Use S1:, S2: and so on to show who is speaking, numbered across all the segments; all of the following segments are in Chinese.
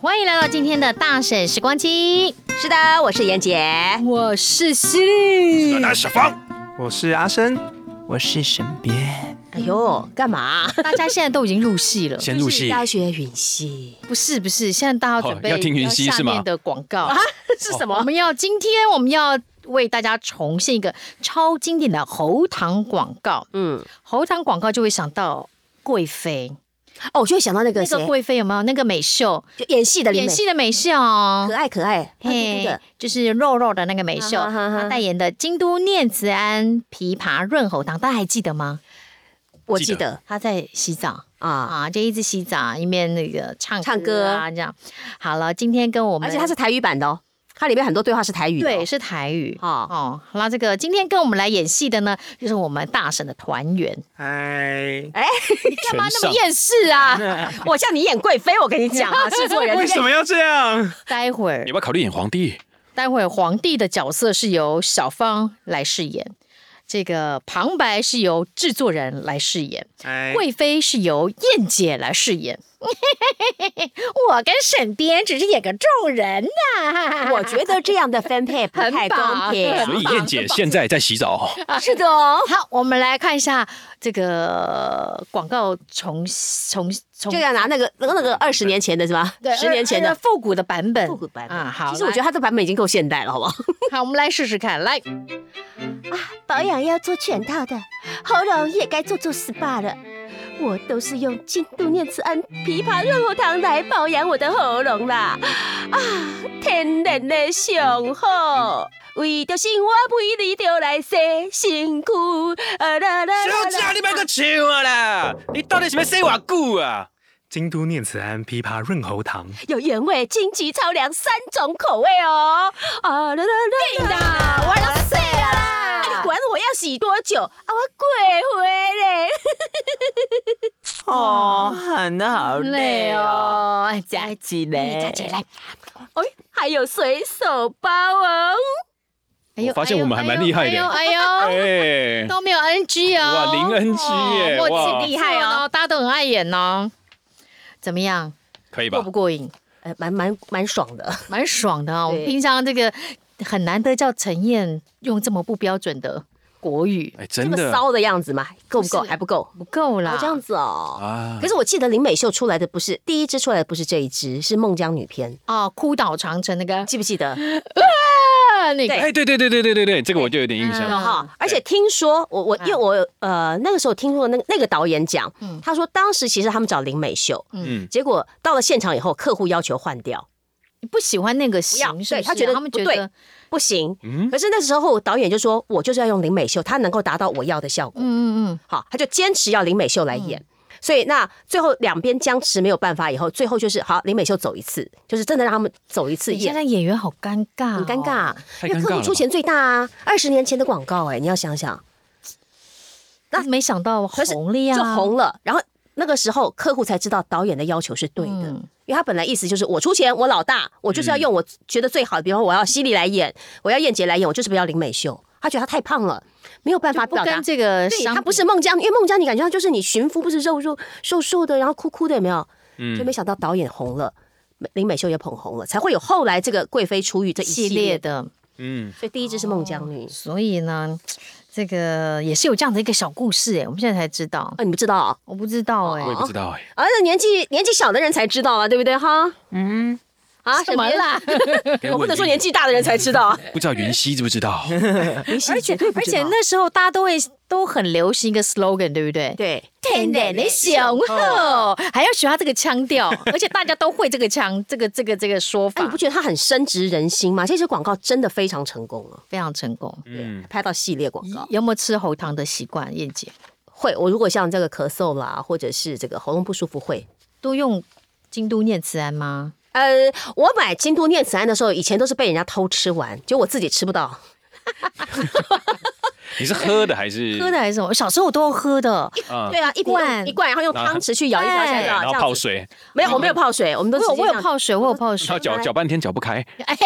S1: 欢迎来到今天的大婶时光机，
S2: 是的，我是妍姐。
S1: 我是犀利。
S3: 南是方，
S4: 我是阿生，我是沈边。
S2: 哎呦，干嘛？
S1: 大家现在都已经入戏了，
S3: 先入戏
S2: 要学云溪
S1: 不是不是，现在大家准备
S3: 哦要听云溪
S1: 要
S3: 是
S1: 下
S3: 吗
S1: 面的广告哦
S2: 啊？是什
S1: 我
S2: 么？
S1: 们要今天我们要为大家重现一个超经典的喉糖广告。
S2: 嗯，
S1: 喉糖广告就会想到贵妃，
S2: 哦，我就会想到那个呃
S1: 那
S2: 谁，
S1: 个贵妃有没有那个美秀
S2: 就演戏的林
S1: 演
S2: 美，
S1: 戏的美秀哦
S2: 可？爱可爱，胖嘟嘟的，
S1: 就是肉肉的那个美秀，
S2: 啊哈哈哈哈
S1: 她代言的京都念慈庵枇杷润喉糖，大家还记得吗？
S2: 我
S3: 记
S2: 记
S3: 得
S2: 得
S1: 她在洗澡
S2: 啊，
S1: 啊，就一直洗澡，一面那个唱
S2: 唱
S1: 歌啊，这样。好了，今天跟我们，
S2: 而且它是台语版的哦，它里面很多对话是台语的哦。
S1: 对是台语
S2: 啊，
S1: 哦。好了，这个今天跟我们来演戏的呢，就是我们大婶的团员。
S4: 嗨，
S5: 哎
S1: 干嘛
S3: 全
S1: 那么
S3: 上
S1: 厌世啊？
S2: 我叫你演贵妃，我跟你讲啊，制作人
S4: 为什么要这样？
S1: 待会儿
S3: 你要不要考虑演皇帝？
S1: 待会儿皇帝的角色是由小芳来饰演，这个旁白是由制作人来饰演，
S4: 哎，
S1: 贵妃是由燕姐来饰演。 我跟沈编只是演个众人呐、
S2: 我觉得这样的分配不太公
S1: 很
S3: 所
S2: 平。
S3: 以燕姐现在在洗澡，
S2: 是的哦，
S1: 好，我们来看一下这个广告重重重
S2: 就要拿那个那个二十年前的是吧？
S1: 对
S2: 十年前
S1: 呃
S2: 的
S1: 复古的版本，
S2: 复古版本
S1: 啊。好，
S2: 其实我觉得它这版本已经够现代了，好不好？
S1: 得好，我们来试试看，来。
S6: 保养要做全套的，喉咙也该做做 SPA 了。我都是用京都念慈庵枇杷润喉糖来保养我的喉咙啦，啊，天然的上好。为着生活，每日就来洗身躯，啊啦
S2: 哎
S6: 啦啦啦。
S3: 你别个笑我啦！你到底是要洗我久啊？
S4: 京都念慈庵枇杷润喉糖，
S6: 有原味、荆棘、超凉三种口味哦。啊啦啦啦啦！哎我要睡了啦！你管我要洗多久啊？我过回嘞。
S4: 哦，喊的好
S1: 累。哦，佳琪嘞，佳琪来。
S6: 哎，还有随手包哦。
S1: 哎
S3: 我发现我们还蛮厉害的
S1: 哎呦哎呦，
S3: 哎，
S1: 都没有 NG 哦，
S3: 哇，零 NG 耶，
S1: 哦默
S3: 哇
S1: 契，厉害哦，大家都很爱演哦。怎么样，
S3: 可以
S1: 过
S3: 吧
S1: 不？过瘾？
S2: 哎，蛮蛮蛮爽的。
S1: 蛮爽的哦。我们
S2: 对
S1: 平常这个很难得叫陈燕用这么不标准的国语，
S3: 哎，
S2: 这
S3: 真
S2: 么
S3: 的
S2: 骚的样子嘛，够不够？
S1: 不是
S2: 还不够。
S1: 不够啦
S2: 哦，。这样子哦。
S3: 啊
S2: 可！是我记得林美秀出来的不是第一支出来的不是这一支，是《孟姜女篇
S1: 哦，哭倒长城那个》，
S2: 记不记得？
S1: 嗯啊，那个
S3: 哎，对对对对对对对，这个我就有点印
S1: 嗯
S3: 象。
S1: 有
S2: 哈、而且听说我我因为我呃那个时候听过那个那个导演讲，
S1: 嗯
S2: 他说当时其实他们找林美秀，
S3: 嗯，
S2: 结果到了现场以后，客户要求换掉，
S1: 你不喜欢那个
S2: 不要
S1: 型，
S2: 对
S1: 是不是啊
S2: 他觉得
S1: 他们
S2: 不
S1: 觉
S2: 对
S1: 得，
S2: 不行。
S3: 嗯
S2: 可是那时候导演就说，我就是要用林美秀，她能够达到我要的效果。
S1: 嗯嗯
S2: 好，他就坚持要林美秀来演。所以那最后两边僵持没有办法，以后最后就是好林美秀走一次，就是真的让他们走一次
S1: 嗯，现
S2: 演，
S1: 在演员好尴尬，哦
S2: 很尴尬，，
S3: 哦太
S2: 因为
S3: 尴
S2: 客
S3: 尬
S2: 户
S3: 了
S2: 出
S3: 吧。
S2: 钱最大啊，二十年前的广告哎、你要想想
S1: 那没想到
S2: 可是
S1: 红了呀，
S2: 就红了，然后那个时候客户才知道导演的要求是对的，
S1: 嗯
S2: 因为他本来意思就是我出钱，我老大，我就是
S3: 嗯
S2: 要用我觉得最好的，比方我要犀利来演，我要燕姐来演，我就是不要林美秀，他觉得她太胖了，没有办法
S1: 不
S2: 表达
S1: 跟这个
S2: 对，
S1: 商
S2: 他不
S1: 品
S2: 是孟姜女，因为孟姜女感觉上就是你寻夫不是肉肉瘦瘦的，然后哭哭的，有没有？
S3: 嗯
S2: 就没想到导演红了，美林美秀也捧红了，才会有后来这个贵妃出狱这一
S1: 系
S2: 系
S1: 列
S2: 列。
S1: 的，哦
S3: 嗯，
S2: 所以第一支是孟姜女，
S1: 所以呢，这个也是有这样的一个小故事哎，我们现在才知道，
S2: 啊，你不知道啊？
S1: 我不知道哎
S3: 我，也不知道哎。
S2: 啊，那年纪年纪小的人才知道啊，对不对哈？嗯，啊，
S1: 什么 啦？
S3: 给
S2: 沈编？我不能说年
S3: 纪，
S2: 纪大的人才知 道啊，
S3: 不知道云溪知不知道？
S2: 而且
S1: 而且那时候大家都会都很流行一个 slogan，对不对？
S2: 对 哦
S1: 天然的雄厚，还要学他这个腔调， 而且大家都会这个腔，这个这个这个说
S2: 哎，
S1: 法
S2: 你不觉得它很深植人心吗？这支广告真的非常成功了，
S1: 非常成功。
S3: 嗯，
S2: 拍到系列广告。
S1: 有没有吃喉糖的习惯，燕姐？
S2: 会，我如果像这个咳嗽啦，或者是这个喉咙不舒服会，
S1: 都用京都念慈庵吗？
S2: 呃，我买京都念慈庵的时候，以前都是被人家偷吃完，就我自己吃不到。
S3: 你是喝的还是
S1: 喝的？啊还是什么？小时候我都喝的，
S3: 啊，
S2: 对啊，一
S1: 罐
S2: 罐一罐，然后用汤匙去舀一条下来，
S1: 对
S2: 这
S3: 哎然后
S2: 样
S3: 泡
S2: 子。
S3: 水，
S2: 没有，我没有泡水，我们都
S1: 我有
S2: 直接
S1: 我有
S2: 这样，
S1: 泡水，我有泡
S3: 然后
S1: 水。
S3: 搅搅半天搅不开，
S1: 哎，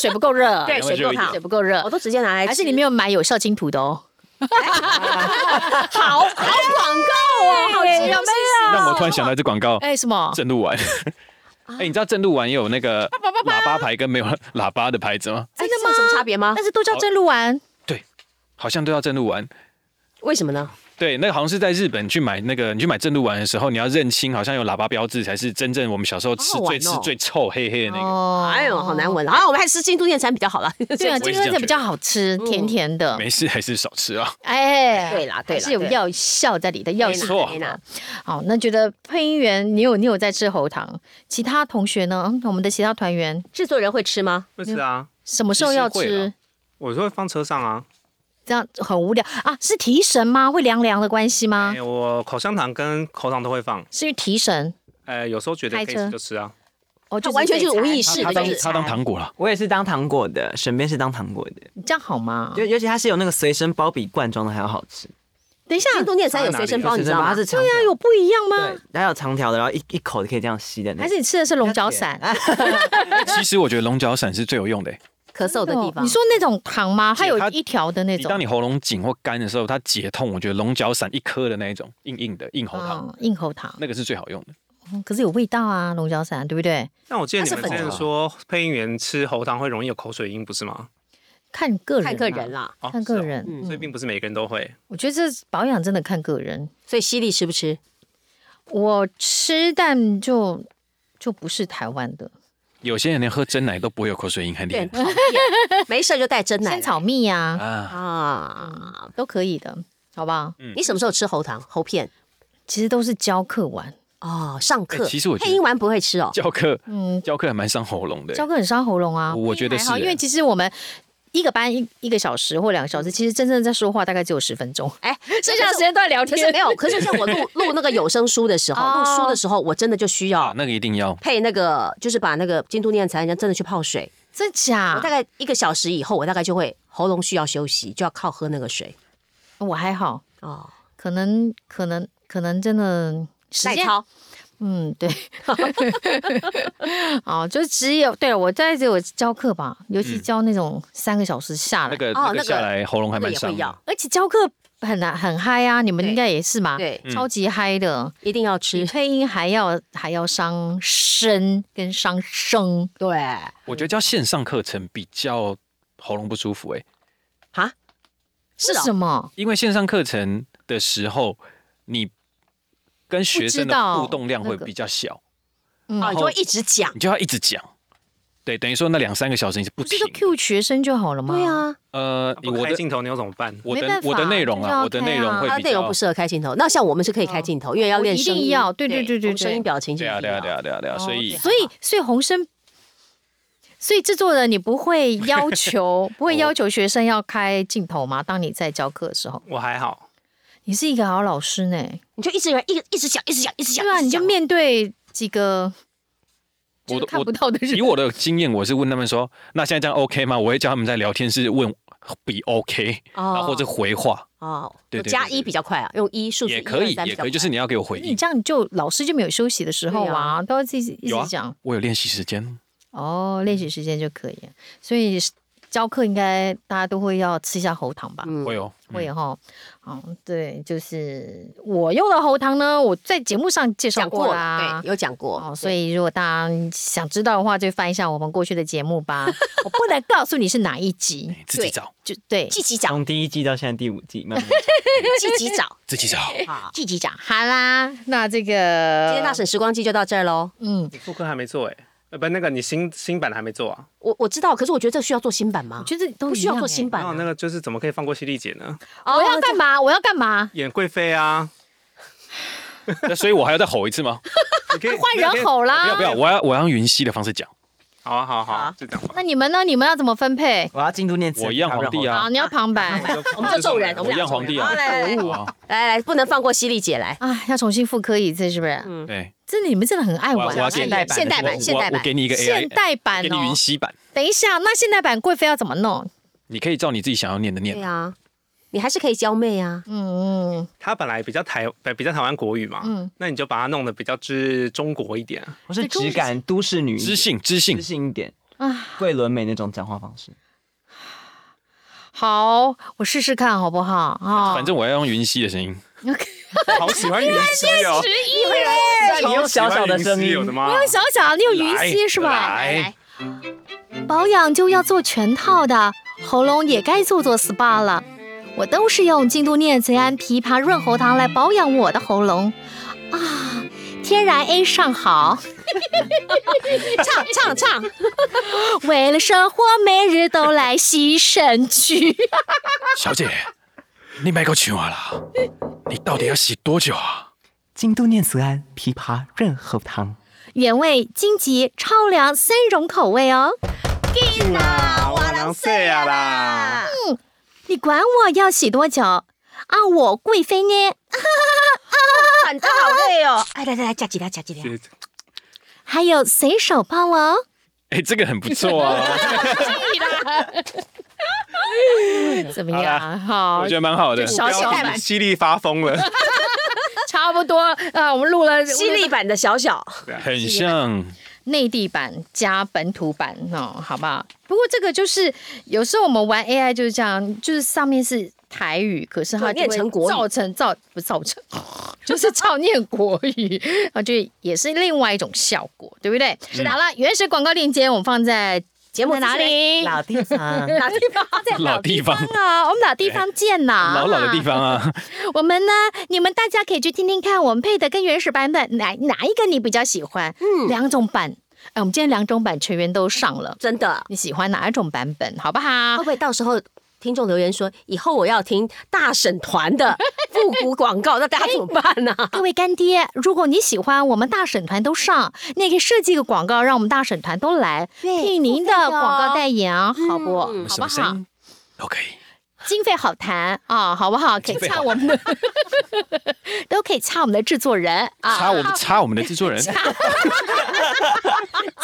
S1: 水不够热，
S2: 对，
S3: 然后
S2: 水
S3: 就
S2: 够
S3: 一
S2: 烫
S1: 水，不够 热
S2: 我，都直接拿来吃。
S1: 还是你没有买有效金土的哦？
S2: 好好广告哦，
S1: 有
S2: 好
S1: 没
S2: 吃
S1: 哎有
S2: 有没有？啊
S1: 哦
S3: 让我突然想到这广告，
S1: 哎，什么？
S3: 正录完， 哎，你知道正露丸也有那个喇叭牌跟没有喇叭的牌子吗？
S1: 真的
S2: 哎这有什么
S1: 吗
S2: 差别吗
S1: 但？是都叫正露丸，
S3: 好像都要正露丸。
S2: 为什么呢？
S3: 对，那个好像是在日本去买那个，你去买正露丸的时候，你要认清好像有喇叭标志才是真正我们小时候吃
S2: 好好玩
S3: 最
S2: 哦
S3: 吃最臭黑黑的那个。
S1: 哦
S2: 哎呦，好难。闻了啊！我们还是吃京都念才比较好了。
S1: 对啊，
S3: 我也
S1: 金针
S3: 是这样
S1: 菜
S3: 觉
S1: 比
S3: 得
S1: 较好吃，甜甜的。
S3: 没事，还是少吃啊。
S1: 哎，
S2: 嗯对啦对啦
S1: 还是有
S2: 对
S1: 药效在里的药
S3: 没
S1: 效。
S3: 错
S2: 没啦
S1: 好，那觉得配音员你有你有在吃喉糖，其他同学呢？嗯我们的其他团员
S2: 制作人会吃吗？
S5: 不是啊，
S1: 什么时候要
S3: 其实会
S1: 吃
S3: 啦？
S5: 我说放车上啊。
S1: 这样很无聊啊？是提神吗？会凉凉的关系吗？
S5: 哎我口香糖跟口糖都会放，
S1: 是因为提神？
S5: 呃，有时候觉得
S1: 开
S5: 可以
S1: 车
S5: 吃就吃啊。
S1: 哦，就
S2: 完全就是无意
S1: 识
S2: 识
S3: 他
S2: 的，就
S3: 当
S2: 是
S3: 他当糖果了，
S4: 我也是当糖果的，沈边是当糖果的，
S1: 这样好吗？
S2: 啊
S4: 尤尤其它是有那个随身包比罐装的还要好吃。
S1: 等一下，
S2: 京都念才有随身包，
S4: 有
S2: 哦你
S4: 随
S2: 知
S4: 身
S2: 道
S4: 包它
S2: 吗？
S4: 是长条，
S1: 啊那有不一样吗
S4: 对？，它有长条的，然后一一口就可以这样吸的那
S1: 还
S4: 种。
S1: 是你吃的是龙角散？
S3: 其实我觉得龙角散是最有用的、
S2: 咳嗽的地
S1: 哦
S2: 方。
S1: 你说那种糖吗？它
S3: 且
S1: 有
S3: 它
S1: 一条的那
S3: 你
S1: 种
S3: 当，你喉咙紧或干的时候，它解痛，我觉得龙角散一颗的那一种硬硬的硬喉糖，
S1: 嗯，硬喉糖，
S3: 那个是最好用的。
S1: 嗯可是有味道啊，龙角散对不对？
S5: 但我记得你
S2: 它是
S5: 们之
S2: 粉
S5: 前
S4: 条
S5: 说配音员吃喉糖会容易有口水音，不是吗？
S1: 看个人，啊
S2: 看个人，啦，
S5: 哦
S1: 看
S5: 是
S1: 个
S5: 哦
S1: 人。
S5: 所以并不是每个人都会。
S1: 我觉得这保养真的看个人。
S2: 所以犀利吃不吃？
S1: 我吃，但就就不是台湾的
S3: 有些人连喝真奶都不会有口水音，很厉
S2: 对，
S3: 害
S2: 讨厌没事就带真奶
S1: 仙草蜜呀、
S3: 啊。
S2: 啊。嗯
S1: 都可以的，好不好？
S3: 嗯
S2: 你什么时候吃喉糖、喉片？
S1: 其实都是教课完，
S2: 哦，上课。
S3: 哎其实我觉得
S2: 配音完不会吃哦。
S3: 教课，
S1: 嗯，
S3: 教课还蛮伤喉咙的、
S1: 教课很伤喉咙啊。
S3: 我觉得
S1: 配音还好
S3: 是
S1: 因为其实我们。一个班一一个小时或两个小
S3: 嗯
S1: 时，其实真正在说话大概只有十分 钟，
S2: 哎，
S1: 剩下的时间都在聊
S2: 可是
S1: 天
S2: 没。有，可是像我录录那个有声书的时候，录书的时候，我真的就需
S3: 哦啊
S2: 要，
S3: 那个一定要。
S2: 配那个，就是把那个京都念财人家真的去泡水。
S1: 真
S3: 啊
S1: 假？
S2: 我大概一个小时以后，我大概就会喉咙需要休息，就要靠喝那个水。
S1: 我还好，
S2: 哦，
S1: 可能可能可能真的时
S2: 耐
S1: 间，
S2: 操
S1: 嗯，对， 哦，就只有对我在这有教课吧，尤其教那种三个小时下来，
S3: 嗯那个、
S2: 哦
S3: 那
S2: 那
S3: 个
S2: 个
S3: 下来喉咙还
S2: 那个
S3: 蛮
S2: 也
S3: 伤
S2: 会
S3: 的。
S2: 要，
S1: 而且教课很难很嗨啊，你们
S2: 对
S1: 应该也是嘛，
S2: 对，
S3: 嗯
S1: 超级嗨的，
S2: 一定要
S1: 比
S2: 吃。
S1: 配音还要还要伤身跟伤声，
S2: 对，
S3: 我觉得教线上课程比较喉咙不舒服哎、
S2: 哈，是
S1: 为什
S2: 哦，
S1: 么？
S3: 因为线上课程的时候，你跟学生
S1: 不知道
S3: 的互动量会
S1: 那个
S3: 比较小，
S1: 嗯，
S2: 啊，你就会一直讲。
S3: 你就要一直讲。对，等于说那两三个小时你是不
S1: 不
S3: 停
S1: 是都。Q 学生就好了吗？
S2: 对，啊，
S3: 呃，
S5: 不
S3: 我
S5: 开
S3: 的
S5: 镜头你又怎么办？
S3: 我
S1: 没
S3: 的
S1: 办法
S3: 我的内容
S1: 就是
S3: 啊，
S1: 要
S3: 我的
S1: 开
S3: 内容
S1: 啊
S3: 会
S2: 它
S3: 比
S2: 的
S3: 较。
S2: 内
S3: 哦
S2: 容不适合开镜头。那像我们是可以开镜头，因为要练
S1: 我一定
S2: 声音
S1: 要对对对对
S2: 我们声音
S1: 对
S2: 表情
S3: 对
S2: 也
S3: 啊，
S2: 一
S3: 对
S2: 定
S3: 啊，
S2: 要
S3: 对啊，对啊，对啊，
S1: 哦
S3: 所以
S1: 所以所以洪生，所以制作人你不会要求不会要求学生要开镜头吗？当你在教课的时候，
S5: 我还好，
S1: 你是一个好老师呢，
S2: 你就一直一一直讲，一直讲，一直讲。
S1: 对啊，
S2: 一直
S1: 你就
S2: 讲
S1: 面对几个
S3: 我
S1: 就是
S3: 的
S1: 看
S3: 我
S1: 不到的人
S3: 以，我的经验，我是问他们说，那现在这样 OK 吗？我会叫他们在聊天室问比 OK，
S2: 哦
S3: 然后或者回话
S2: 哦，
S3: 对
S2: 我
S3: 对对
S2: 加
S3: 对
S2: 一比较快啊，用一数字
S3: 也
S2: 一
S3: 可以
S2: 二，三
S3: 也
S2: 比较
S3: 可以，就是
S2: 快
S3: 你要给我回
S1: 哦 你
S3: 应。
S1: 这样就老师就没有休息的时候啊，都要自己一
S3: 有
S1: 直
S3: 啊
S1: 讲
S3: 我有练习时间，
S1: 哦，练习时间就可以了，所以教课应该大家都会要吃一下喉糖吧。
S2: 嗯
S3: 我有
S1: 会哈，哦，对，就是我用的喉糖呢，我在节目上介绍
S2: 讲过
S1: 啦
S2: 对，，有讲过
S1: 哦，所以如果大家想知道的话，就翻一下我们过去的节目吧。我不能告诉你是哪一集，
S2: 哎
S3: 你自己找，
S1: 就对
S2: 对积极讲，
S1: 嗯
S4: 从第一季到现在第五季，慢慢
S2: 积极 找
S3: 自己找。
S2: 啊！
S1: 自己讲。好啦，那这
S2: 今天
S1: 个
S2: 大婶时光机就到这儿喽。
S1: 嗯，
S5: 你复刻还没做哎、呃，不，那个你新新版的还没做啊？
S2: 我我知道，可是我觉得这需要做新版吗
S1: 我？觉得都
S2: 不
S1: 一
S2: 需要
S1: 样
S2: 做
S1: 欸
S2: 新版
S5: 然
S3: 哦
S2: 啊、哦
S5: 后那个就是怎么可以放过犀利姐呢？
S1: 我要干嘛？我要干嘛？
S5: 演贵妃啊，
S3: 那所以我还要再吼一次吗？
S5: 你可以
S1: 换人。吼
S3: 不要
S1: 啦
S3: 啊不！要，我要我要用云溪的方式讲，
S5: 好啊，好啊好
S2: 好
S5: 啊
S2: 啊，
S5: 就这样吧。
S1: 那你们呢？你们要怎么分配？
S4: 我要进度念词，
S3: 我一样皇帝
S1: 好，
S3: 啊，
S1: 你要旁白
S2: 我们就揍人，我
S3: 我
S2: 们
S3: 一
S2: 俩
S3: 样皇帝啊
S2: 好，来来来
S3: 好啊，
S2: 来来，不能放过犀利姐来。
S1: 啊，要重新复刻一次，是不
S2: 嗯
S1: 是？
S3: 对，
S1: 真的，你们真的很爱
S3: 哎我要
S1: 玩
S3: 我要
S1: 啊。
S3: 给你
S2: 现代版现代版
S3: 我
S2: 现代版
S3: 我我给你一个 AI，
S1: 现代版
S3: 给你
S1: 哦
S3: 云。溪版，
S1: 等一下，那现代版贵妃要怎么弄？
S3: 你可以照你自己想要念的
S2: 对
S3: 念。
S2: 啊，你还是可以娇媚啊。
S1: 嗯嗯，
S5: 他本来比较台比较台湾国语嘛，
S1: 嗯
S5: 那你就把它弄得比较之中国一点。啊
S4: 我是质感都市女一点，
S3: 知性知性
S4: 知，性一点
S1: 啊
S4: 啊，桂纶镁那种讲话方式。
S1: 好，我试试看好不好啊？
S3: 哦 反正我要用云溪的声音。
S5: 好喜欢云溪哦，
S1: 十一耶，
S5: 超
S7: 用
S5: 喜欢
S7: 小小的
S5: 云
S7: 声
S5: 溪
S7: 音
S5: 有的吗？
S1: 不用想想，你有云溪是吧？
S3: 来来
S1: 保养就要做全套的，喉咙也该做做 SPA 了。我都是用京都念慈庵枇杷润喉糖来保养我的喉咙，啊，天然 A 上好。
S2: 唱唱唱，
S1: 为了生活，每日都来洗身躯。
S3: 小姐，你买够青蛙了？啊你到底要洗多久啊？
S4: 京都念慈庵枇杷润喉糖。
S1: 原味荆棘超凉参茸口味哦。
S5: 啊，我能睡啊啦！
S1: 你管我要洗多久？啊，我贵妃呢？
S2: 喊得好累哦。哎，来来来，加几条，加几条。
S1: 还有随手抱哦。
S3: 哎，这个很不错哦，
S1: 怎么样？好
S3: 我觉得蛮好的。
S1: 小小
S5: 不要犀利发疯了，
S1: 差不多啊，我们录了
S2: 犀利版的小 小，
S3: 很像，
S1: 内地版加本土版哦，好不好？不过这个就是有时候我们玩 AI 就是这样，就是上面是台语，可是它就
S2: 念成
S1: 会
S2: 国语
S1: 造成造不造成， 就是照念国语， 然后就也是另外一种效果，对不对？好了，原始广告链接我们放在
S2: 节目
S1: 在哪里？
S7: 老地方，
S2: 哪地方？
S3: 老地方，
S1: 嗯啊，我们老地方见呐！
S3: 老老的地方啊。
S1: 我们呢，你们大家可以去听听看，我们配的跟原始版本哪哪一个你比较喜欢？嗯，两种版。哎，我们今天两种版全员都上了，
S2: 真的，
S1: 你喜欢哪一种版本，好不
S2: 会
S1: 好
S2: 不？会到时候听众留言说，以后我要听大婶团的复古广告，那大家怎么办啊呢？
S1: 各位干爹，如果你喜欢我们大审团都上，你也可以设计一个广告，让我们大审团都来替您的广告代言，好不？
S2: 嗯
S1: 好
S3: 什
S1: 不好
S3: 么声？音都可以。
S1: 经费好谈啊，好不好？可以
S3: 经费
S1: 唱
S3: 好
S1: 我们的， 都可以唱我们的制作人啊，
S3: 插我们插我们的制 作人，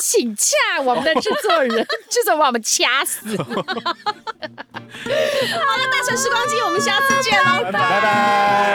S1: 请洽我们的制作人，制作人把我们掐死。
S2: 大婶时光机，我们下次见喽。
S5: 拜拜。